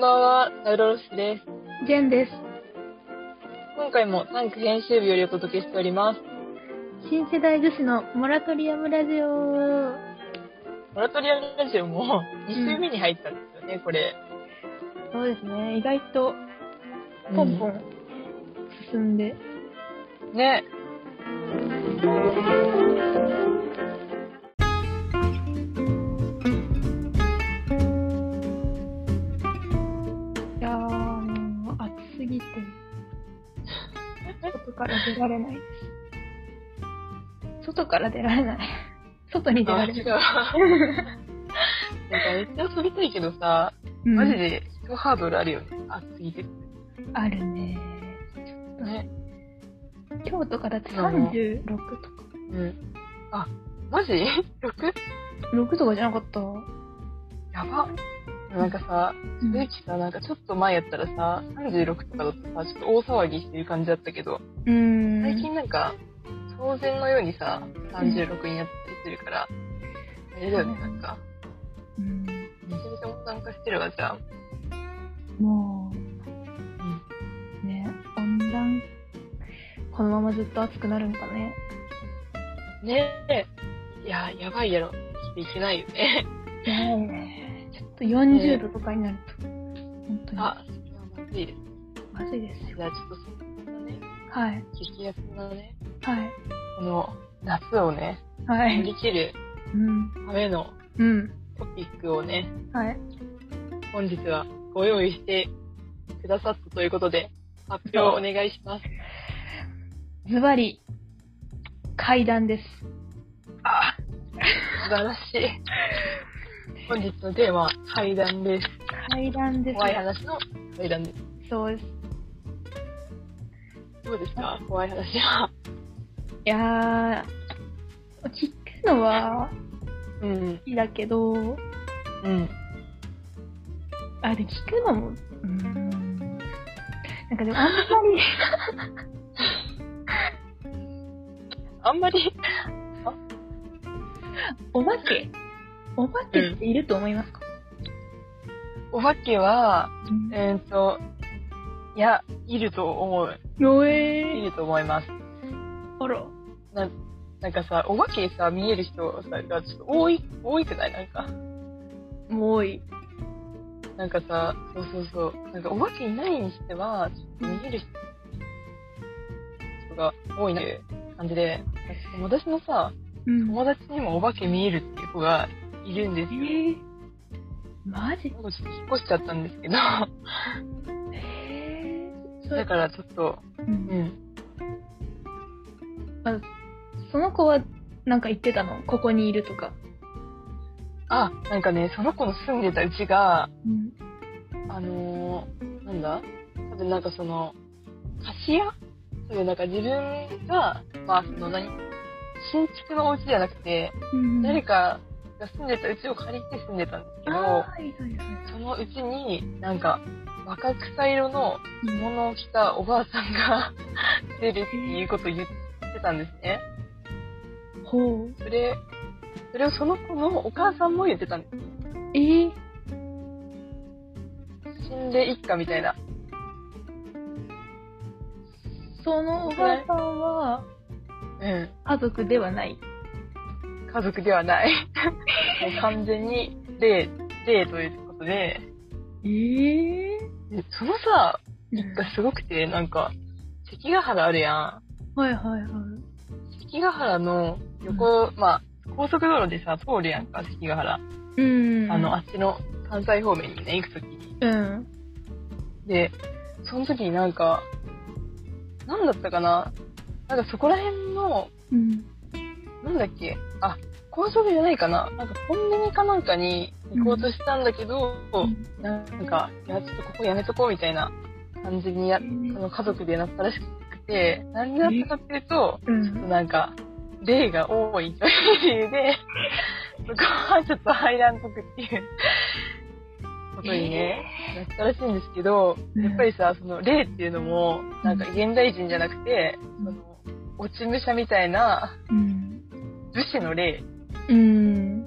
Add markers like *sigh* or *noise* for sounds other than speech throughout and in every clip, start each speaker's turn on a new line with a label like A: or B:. A: ナウロロスです。
B: ジェンです。
A: 今回もタンク編集部よりお届けしております。
B: 新世代女子のモラトリアムラジオ。
A: モラトリアムラジオも2週目に入ったんですよね、これ。
B: そうですね。意外とポンポン進んで。
A: うんね。
B: いやー、もう暑すぎて、外から出られないです。外から出られない。外に出ら
A: あ、
B: れ
A: 違
B: な
A: う。
B: い。
A: なんかめっちゃ遊びたいけどさ、
B: うん
A: マジで一ハードルあるよね。暑すぎて。
B: あるね。
A: ね。
B: 今日とかだって36とか。
A: うん。あ、マジ ?6?
B: 6とかじゃなかった。
A: やば。なんかさ、ルーキさ、なんかちょっと前やったらさ、36とかだとさ、ちょっと大騒ぎしてる感じだったけど、
B: うん。
A: 最近なんか、当然のようにさ、36になったりするから、あれだよね、なんか、
B: うん
A: めちゃめちゃ温暖化してるわ、じゃあ。
B: もう、ね、温暖、このままずっと暑くなるんかね。
A: ねえ。いや、やばいやろ。生きていけないよね。
B: やばいね。ちょっと40度とかになると、本当に
A: あ、それはまずいです。
B: まずいですよ
A: じ。ゃあちょっとそんなね、
B: はい、
A: 激安のね、
B: はい、
A: この夏をね、
B: は
A: 乗
B: い。
A: り切る
B: うん、
A: ための
B: うん、
A: トピックをね、
B: はい。
A: 本日はご用意してくださったということで、発表をお願いします。
B: ズバリ、階段です。
A: あ素晴らしい。
B: *laughs*
A: 本日のテーマは階段です。
B: 階段です。
A: 怖い話の階段です。
B: そうです。い
A: どうですか怖い話は。
B: やー、聞くのは
A: うん。
B: いいだけど、
A: うん。
B: あ、で、聞くのも、うーん。なんかでもあんまり、
A: あんまり、
B: お化けお化けっていると思いますか、
A: お化けは、
B: うん
A: えーっと、いや、いると思う。
B: よ
A: い
B: えー、
A: ると思います。
B: あら。
A: なんかさ、お化けさ、見える人さ、がちょっと多い、多いくないなんか。
B: もう多い。
A: なんかさ、そうそうそう。なんかお化けいないにしては、ちょっと見える人人が多いなっていう感じで、私のさ、
B: うん
A: 友達にもお化け見えるっていう子がいるんです
B: え
A: よ。
B: ー、マジ
A: なんかちょっと引っ越しちゃったんですけど、
B: えー、そ
A: だからちょっと、
B: うん
A: うん。
B: その子はなんか言ってたのここにいるとか。
A: あ、なんかね、その子の住んでたうちが、
B: うん。
A: あのー、なんだ多分なんかその、貸し屋そういうなんか自分が、まあその何、新築のお家じゃなくて、誰
B: か
A: かが住んでたうちを借りて住んでたんですけど
B: あ、ーはいはいはい。
A: そのうちになんか若草色の着物を着たおばあさんが *laughs* 出るっていうことを言ってたんですね。
B: ほう。
A: それ、それをその子のお母さんも言ってたんです。
B: えー、
A: 死んでいっかみたいな。
B: そのおばあさんは
A: うん。
B: 家族ではない。
A: 家族ではない。もう完全に例、例ということで、
B: ええ
A: でそのさ、
B: ー。
A: がすごくて、なんか、関ヶ原あるやん。
B: はいはいはい。
A: 関ヶ原の横、まあ、高速道路でさ、通るやんか、関ヶ原。
B: うん。
A: あの、あっちの関西方面にね、行くときに。
B: うん。
A: で、その時になんか、なんだったかななんかそこら辺の、
B: うん。
A: なんだっけあ、高速じゃないかななんかコンビニかなんかに行こうとしたんだけど、なんか、いや、ちょっとここやめとこうみたいな感じにな、その家族でなったらしくて、何になったかっていうと、
B: うん。
A: なんか、例が多いという理由で、そこはちょっと入らんとくっていうことにね、なったらしいんですけど、やっぱりさ、その例っていうのも、なんか現代人じゃなくて、その、落ち武者みたいな
B: うん。
A: 武士の例
B: うん。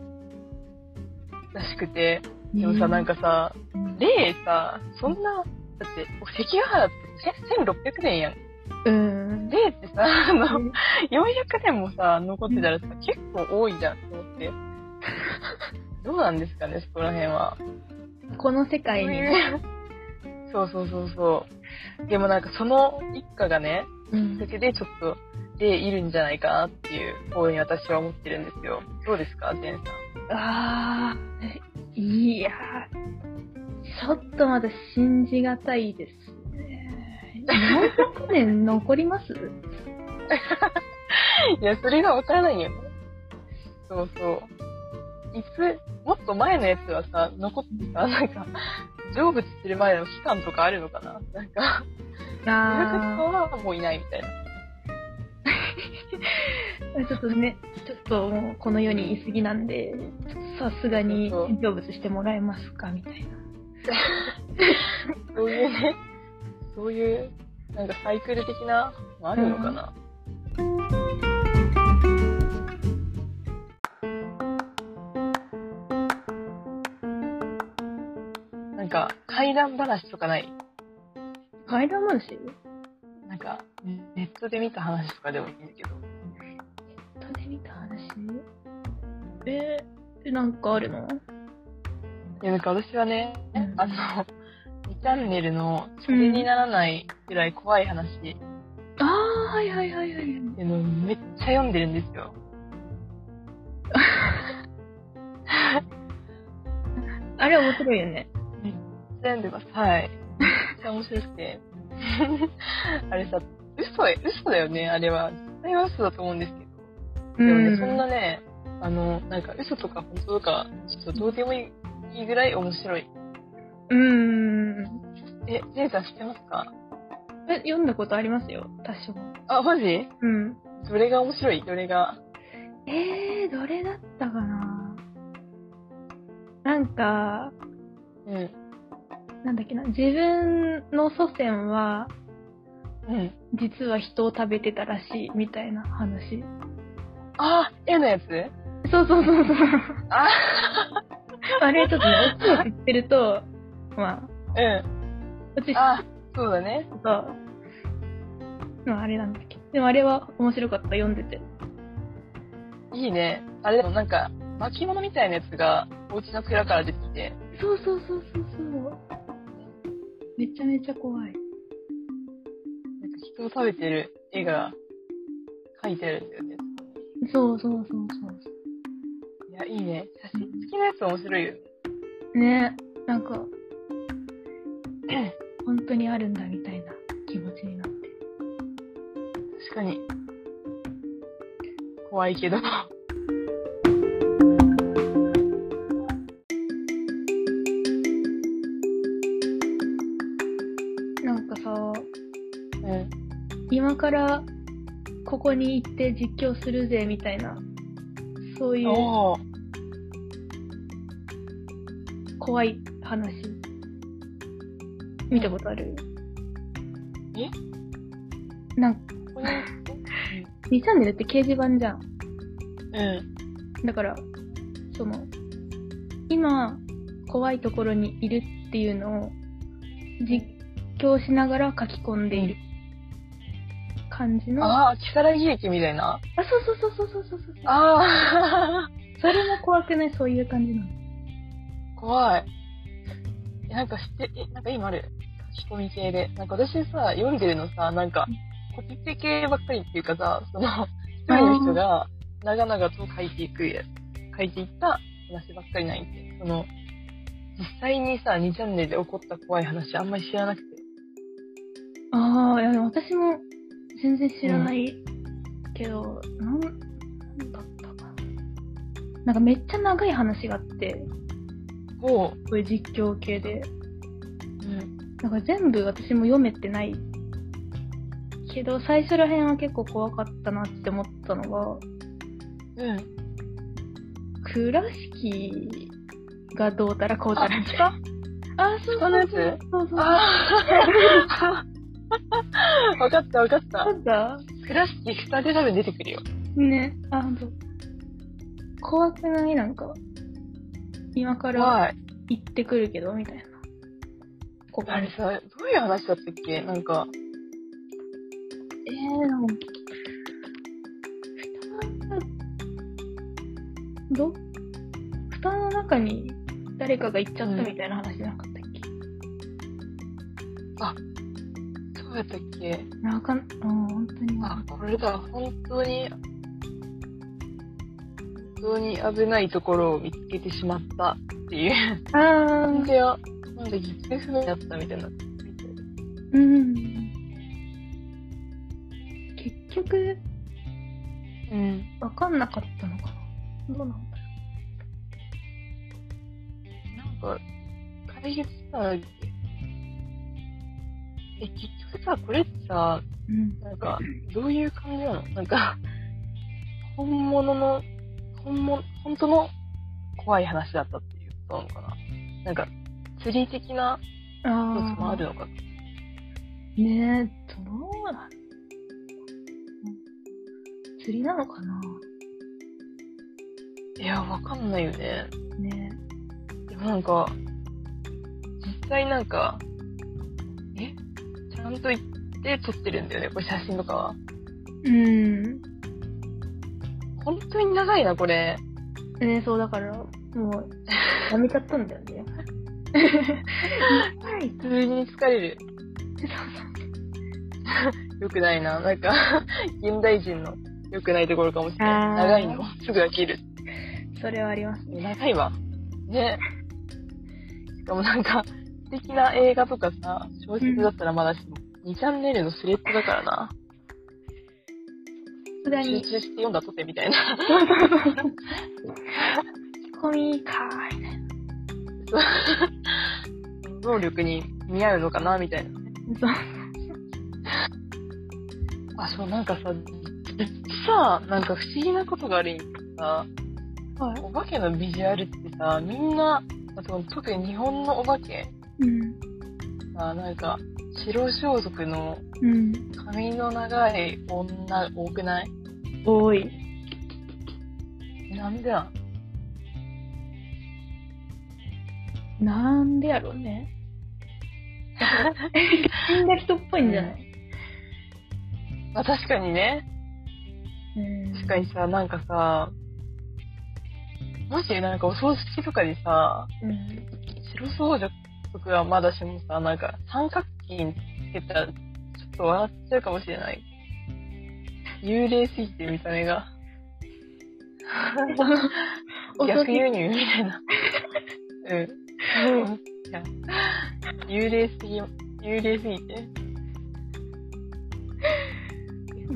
A: らしくて、でもさ、なんかさ、
B: うん、
A: 例さ、そんな、だって、関ヶ原って1600年やん。
B: うん。
A: 例ってさ、あの、
B: うん
A: 400年もさ、残ってたらさ、結構多いじゃんと思って。 *laughs* どうなんですかね、そこら辺は。
B: *laughs* この世界に。
A: そうそうそうそう。でもなんかその一家がね、
B: うん
A: だけでちょっと、でいるんじゃないかなっていう方に私は思ってるんですよ。どうですか、ジェンさん。
B: ああ、いやー、ちょっとまだ信じがたいですね。400年残り *laughs* ます
A: いや、それがわからないよね。そうそう。いつ、もっと前のやつはさ、残ってさ、なんか、成仏する前の期間とかあるのかななんか、それ
B: あ
A: はもういないみたいな。
B: あ、ちょっとね、ちょっともうこの世にいすぎなんで、さすがに
A: そう
B: 成仏してもらえますかみたいな。
A: そういうね、そういう、なんかサイクル的な、あるのかな、なんか、怪談話とかない
B: 怪談話
A: なんか、ネットで見た話とかでもいいんだけど。
B: 人で見た話えー、なんかあるの
A: いや、なんか私はね、
B: うん
A: あの、2チャンネルの、それにならないくらい怖い話ってい
B: ああ、はいはいはいはい。
A: うのをめっちゃ読んでるんですよ。
B: *laughs* あれ面白いよね。
A: 読んでます。はい。めっちゃ面白く *laughs* て。あれさ、嘘え、嘘だよね、あれは。絶対は嘘だと思うんですけど。で
B: う
A: もね、そんなね、あの、なんか嘘とか本当とか、ちょっとどうでもいいぐらい面白い。
B: うん。
A: え、ジェイさん知ってますか
B: え、読んだことありますよ、多少。
A: あ、マジ
B: うん。
A: どれが面白いどれが。
B: えー、どれだったかななんか、
A: うん。
B: なんだっけな、自分の祖先は、
A: うん。
B: 実は人を食べてたらしい、みたいな話。
A: あ、絵のやつ
B: そうそうそうそう。
A: あ
B: あれ、ちょっとね、大きいの言ってると、まあ、
A: *laughs* う
B: うち
A: ん。あ、そうだね。
B: と、まあ、あれなんだっけ。でもあれは面白かった、読んでて。
A: いいね。あれでもなんか、巻物みたいなやつが、お家の蔵から出てきて、
B: そうそうそうそうそう。めちゃめちゃ怖
A: な
B: い。
A: んか人を食べてる絵が描いてあるんだよね。
B: そうそうそうそう。
A: いや、いいね。写真付きのやつ面白いよね。
B: ねなんか *clears throat* 本当にあるんだみたいな気持ちになって
A: 確かに。怖いけど。
B: なんかさ
A: うん。
B: 今からここに行って実況するぜみたいなそういう
A: おー
B: 怖い話見たことあるなんか
A: ここに
B: 2チャンネルって掲示板じゃん
A: うん。
B: だからその今怖いところにいるっていうのを実況しながら書き込んでいる感じの
A: ああ、力木駅みたいな。
B: あ、そうそうそうそうそうそうそう。
A: ああ、
B: それも怖くない、そういう感じなの。
A: 怖い。えなんか知って、え、なんか今ある。書き込み系で。なんか私さ、読んでるのさ、なんか、コピペ系ばっかりっていうかさ、その、一人の人が、長々と書いていくやつ、書いていった話ばっかりないって。その、実際にさ、2チャンネルで起こった怖い話あんまり知らなくて。
B: ああ、いや、でも私も全然知らないけど、なん、なんだったかな。なんかめっちゃ長い話があって、
A: おう。
B: これ実況系で。
A: うん。
B: なんか全部私も読めてない。けど、最初ら辺は結構怖かったなって思ったのが、
A: うん。
B: 倉敷がどうたらこうたらみたいな。あ、そう
A: そうそうそう
B: そうそう。あ、
A: あ *laughs* あわかったわかった
B: そ。うだ。
A: 倉敷二手多分出てくるよ。
B: ね、あ、ほんと。怖くないなんか、今から
A: 怖い。
B: 行ってくるけど、みたいな。ここ
A: あれさ、どういう話だったっけなんか、
B: えー、なんか蓋ど蓋の中に誰かが行っちゃったみたいな話じゃなかったっけ、
A: そうやったっけ
B: なんかん、うん、本当に
A: あ、これだ、本当に、本当に危ないところを見つけてしまったっていう。
B: あ
A: 感じは、なんか行方不明だったみたいな。
B: うん。結局、
A: うん。
B: わかんなかったのかなどうなんだろ
A: なんか、解決さ、え、結局さ、これってさ、
B: う。うん。
A: なんか、どういう感じなのなんか、本物の、本物、本当の怖い話だったっていうことなのかななんか、釣り的な
B: あ
A: 要素
B: あ。
A: もあるのかな
B: ねえ、どうなん釣りなのかない
A: や、わかんないよね。
B: ね
A: でもなんか、実際なんか、えちゃんと行って撮ってるんだよね、これ写真とかは。
B: え。うん。
A: 本当に長いな、これ。
B: ねえ、そうだから、もう、やめちゃったんだよ *laughs* ね。はい。
A: 普通に疲れる。よくないな。なんか、現代人の良くないところかもしれない。
B: あー
A: 長いの。すぐ飽きる。
B: それはありますね。
A: 長いわ。ね。しかもなんか、素敵な映画とかさ、小説だったらまだしも、2チャンネルのスレッドだからな。
B: さすが
A: 集
B: に、
A: 中して読んだとてみたいな。
B: 込みかーい。
A: 能力に見合うのかなみたいな。
B: そう。
A: あ、そう、なんかさ、さ、なんか不思議なことがあるんやけどさ、
B: はい。
A: お化けのビジュアルってさ、みんな、あと特に日本のお化け
B: うん。
A: さ、なんか、白装束の
B: うん。
A: 髪の長い女多くない
B: 多い。
A: なんでなん
B: なんでやろうね。死んだ人っぽいんじゃない、
A: まあ確かにね、
B: うん、
A: 確かにさ、なんかさ、もしなんかお葬式とかでさ、
B: うん。
A: 白装束はまだしもさ、なんか三角巾つけたらちょっと笑っちゃうかもしれない。幽霊すぎて見た目が。
B: お葬
A: 逆
B: 式
A: 輸入みたいな。うん。いや幽霊すぎ、幽霊すぎて。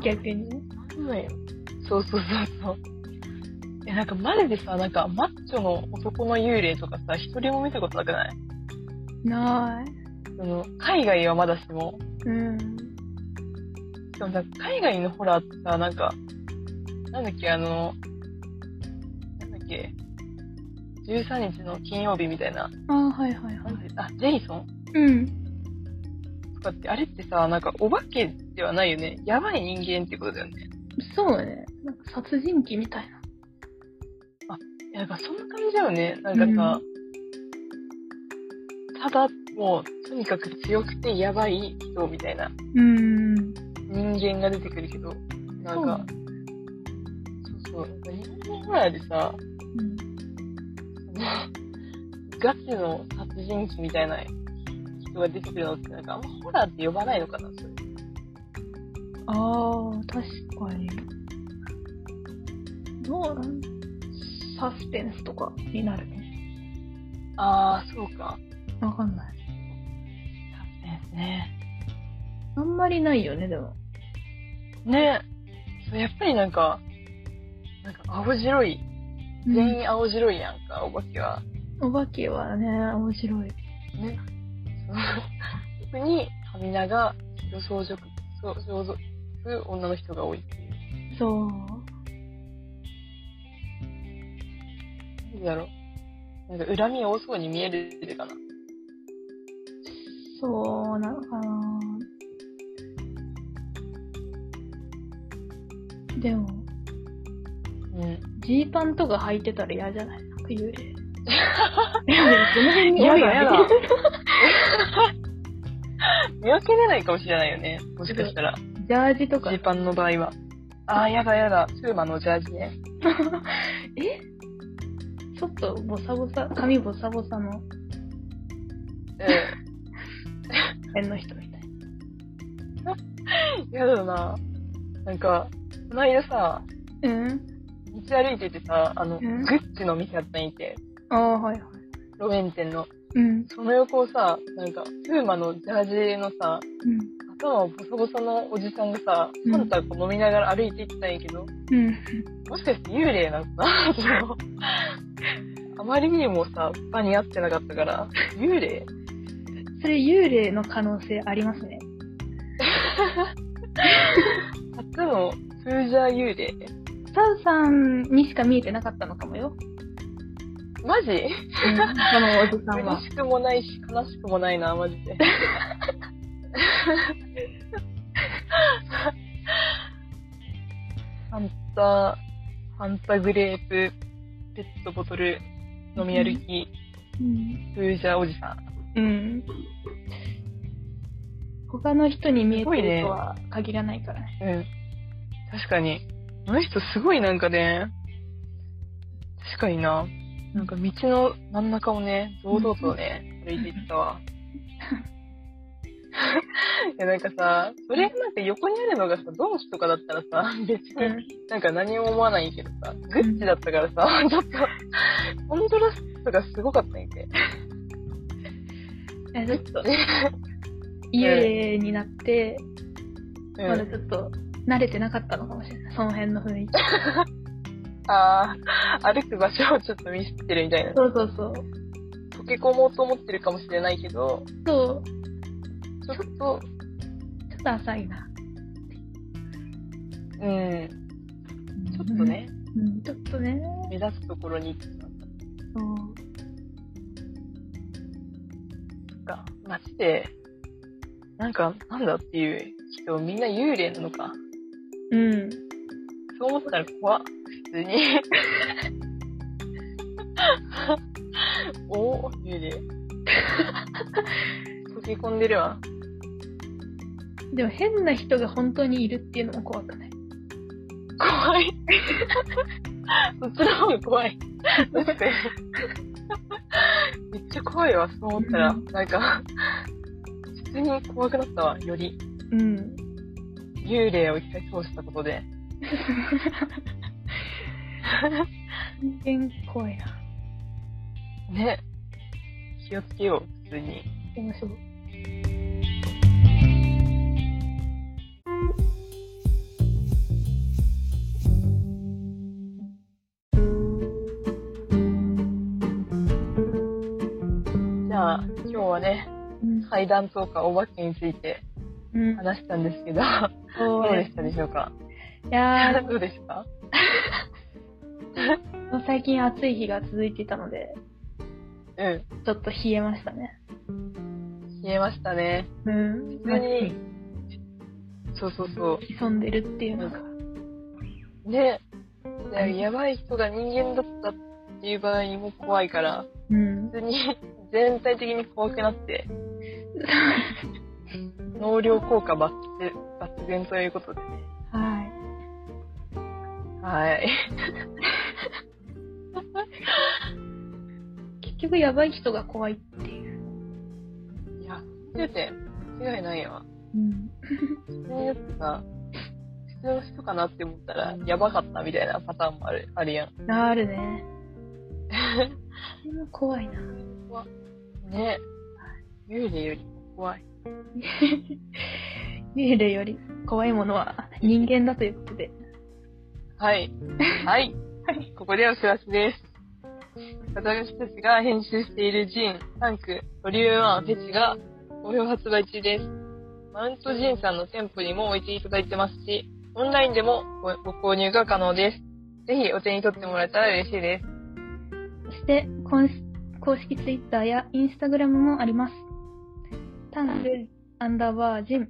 B: 逆に。
A: なんなんよ。そうそうそうそう。いや、なんかマジでさ、なんかマッチョの男の幽霊とかさ、一人も見たことなくない
B: ない。
A: その、海外はまだしも、
B: うん。
A: しかもなんか海外のホラーってさ、なんか、なんだっけ、あの、なんだっけ、13日の金曜日みたいな、
B: ああ、はいはいは
A: ないん。てあ、ジェイソン
B: うん。
A: とかって、あれってさ、なんかお化けではないよね。やばい人間ってことだよね。
B: そうだね。なんか殺人鬼みたいな。
A: いやなんかそんな感じだよね。なんかさ、ただ、もう、とにかく強くてやばい人みたいな
B: うん。
A: 人間が出てくるけど、なんか、そうそう、なんか日本のホラーでさ、 *laughs*
B: うん。
A: ガチの殺人鬼みたいな人が出てくるのってなんかあんまホラーって呼ばないのかなそれ
B: ああ、確かに。どうなんサスペンスとかになるの
A: ああそうか
B: わかんない。
A: ね
B: あんまりないよね、でも。
A: ねそうやっぱりなんかなんか青白い全員青白いやんか、お化けは
B: お化けはね、面白い。
A: ねそう特に髪長女装束そう装束女の人が多いっていう
B: そう。
A: なんでだろうなんか恨み多そうに見えるかな
B: そうなのかなでも、
A: うん
B: ジーパンとか履いてたら嫌じ
A: *laughs*
B: ゃないなんか幽霊。いや、その辺に
A: やだ
B: 多いよね
A: やだ。見分けれないかもしれないよね。もしかしたら。
B: ジャージと
A: ジ
B: か
A: ー、パンの場合は。あー、やだやだ。スーマのジャージね。
B: *laughs* えちょっとボサボサ、髪ボサボサの
A: う
B: 変の人みたい。
A: ん。 *laughs* やだな。なんか、この間さ、
B: うん
A: 道歩いててさ、あの、
B: うん
A: グッチの店あったんいて、
B: ああ、はいはい。
A: 路面店の。
B: うん。
A: その横をさ、なんか、スーマのジャージのさ、頭をボサボサのおじさんがさ、
B: うん
A: サンタこう飲みながら歩いていったんやけど、
B: うん。うん。
A: もしかして幽霊なのかな *laughs* そうあまりにもさ、場に合ってなかったから、幽霊
B: それ幽霊の可能性ありますね。
A: あったの、スージャー幽霊
B: サウさんにしか見えてなかったのかもよ。
A: マジ
B: うん、そのおじさんは
A: 嬉。しくもないし、悲しくもないな、マジで。 *laughs* ハンタ、ハンタグレープ、ペットボトル、飲み歩き、
B: うん。
A: フージャーおじさん。
B: うん。他の人に見え
A: すご
B: て
A: いね
B: るとは限らないからね。
A: うん。確かに。あの人すごいなんかね、確かにな。なんか道の真ん中をね、堂々とね、歩いていった
B: *laughs*
A: わ。いやなんかさ、それがなんか横にあるのがさ、ドンキとかだったらさ、別になんか何も思わないけどさ、グッチだったからさ、ちょっと、コントラストがすごかったんやけ。
B: えちょっと、幽霊になって、
A: う
B: まだ
A: ん。
B: ちょっと慣れてなかったのかもしれない。その辺の雰囲気。
A: あー、歩く場所をちょっと見せてるみたいな。
B: そうそうそう。
A: 溶け込もうと思ってるかもしれないけど、
B: そ
A: ちょっ
B: う、
A: と、
B: ちょっと浅いな。
A: うん、
B: ち
A: ちょっと。ね、
B: うん、ちょっとね。
A: 目立つところに行ってしまっ
B: そう。
A: たか。街で、なんか、なんだっていう人、みんな幽霊なのか。
B: うん。
A: そう思ったら怖っ、普通に。おお、幽霊。溶け込んでるわ。
B: でも変な人が本当にいるっていうのも怖くない。
A: 怖い。そっちの方が怖い。だって、めっちゃ怖いわ、そう思ったら。
B: うん
A: なんか、普通に怖くなったわ、より。
B: うん。
A: 幽霊を一回通したことで。 *laughs*
B: 人間怖いな。
A: ね。気をつけよう、普通に。
B: 面白い。
A: じゃあ、今日はね、
B: うん。
A: 階段とかお化けについて
B: うん。
A: 話したんですけど、ど
B: そう
A: うで
B: で
A: したでしょうか
B: す。いやー、
A: どうでした
B: 最近暑い日が続いていたので、
A: うん。
B: ちょっと冷えましたね。
A: 冷えましたね。
B: うん。
A: 普通に、そうそうそ
B: 潜んでるっていうのが。
A: う。ね。
B: は
A: で
B: い
A: やばい人が人間だったっていう場合も怖いから、
B: うん。
A: 普通に全体的に怖くなって、 *laughs* 能量効果抜群抜群ということでね。
B: はい。
A: はい。
B: 結局やばい人が怖いっていう。
A: いや、見てて、間違いないわ。
B: うん。
A: 普通にだってさ、普通の人かなって思ったら、やばかったみたいなパターンもある、あるやん。 *laughs*
B: あるね。でも怖いな。
A: ね。幽霊より怖い。
B: 幽霊より怖いものは人間だということで。
A: はい。はい。ここでお知らせです。私たちが編集しているジン、タンク、ボリューム1、フェチが好評発売中です。マウントジンさんの店舗にも置いていただいてますし、オンラインでもごご購入が可能です。ぜひお手に取ってもらえたら嬉しいです。
B: そして、公式公式 Twitter や Instagram もあります。タンクアンダーバージム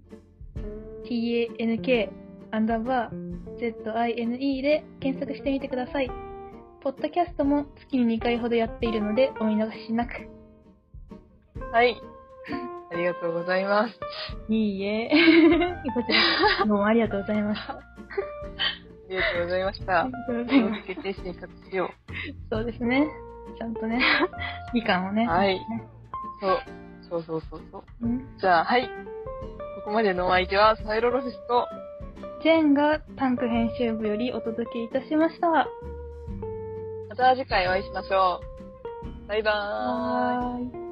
B: TANK アンダーバー ZINE で検索してみてください。ポッドキャストも月に2回ほどやっているのでお見逃しなく。
A: はい。ありがとうございます。
B: いいえ。 *laughs* こちら、どうもありがとうございました。
A: ありがとうございまし
B: あ
A: た
B: り。がとうござ
A: 気
B: い
A: を
B: ます。
A: つけて生活しよ
B: *laughs* そうですね。ちゃんとね、みかんをね。
A: う。はい。そう。そうそうそうそう。
B: うん
A: じゃあ、はい。ここまでのお相手は、サイロロフィスと、
B: ジェンがタンク編集部よりお届けいたしました。
A: また次回お会いしましょう。バイバーイ。
B: はーい。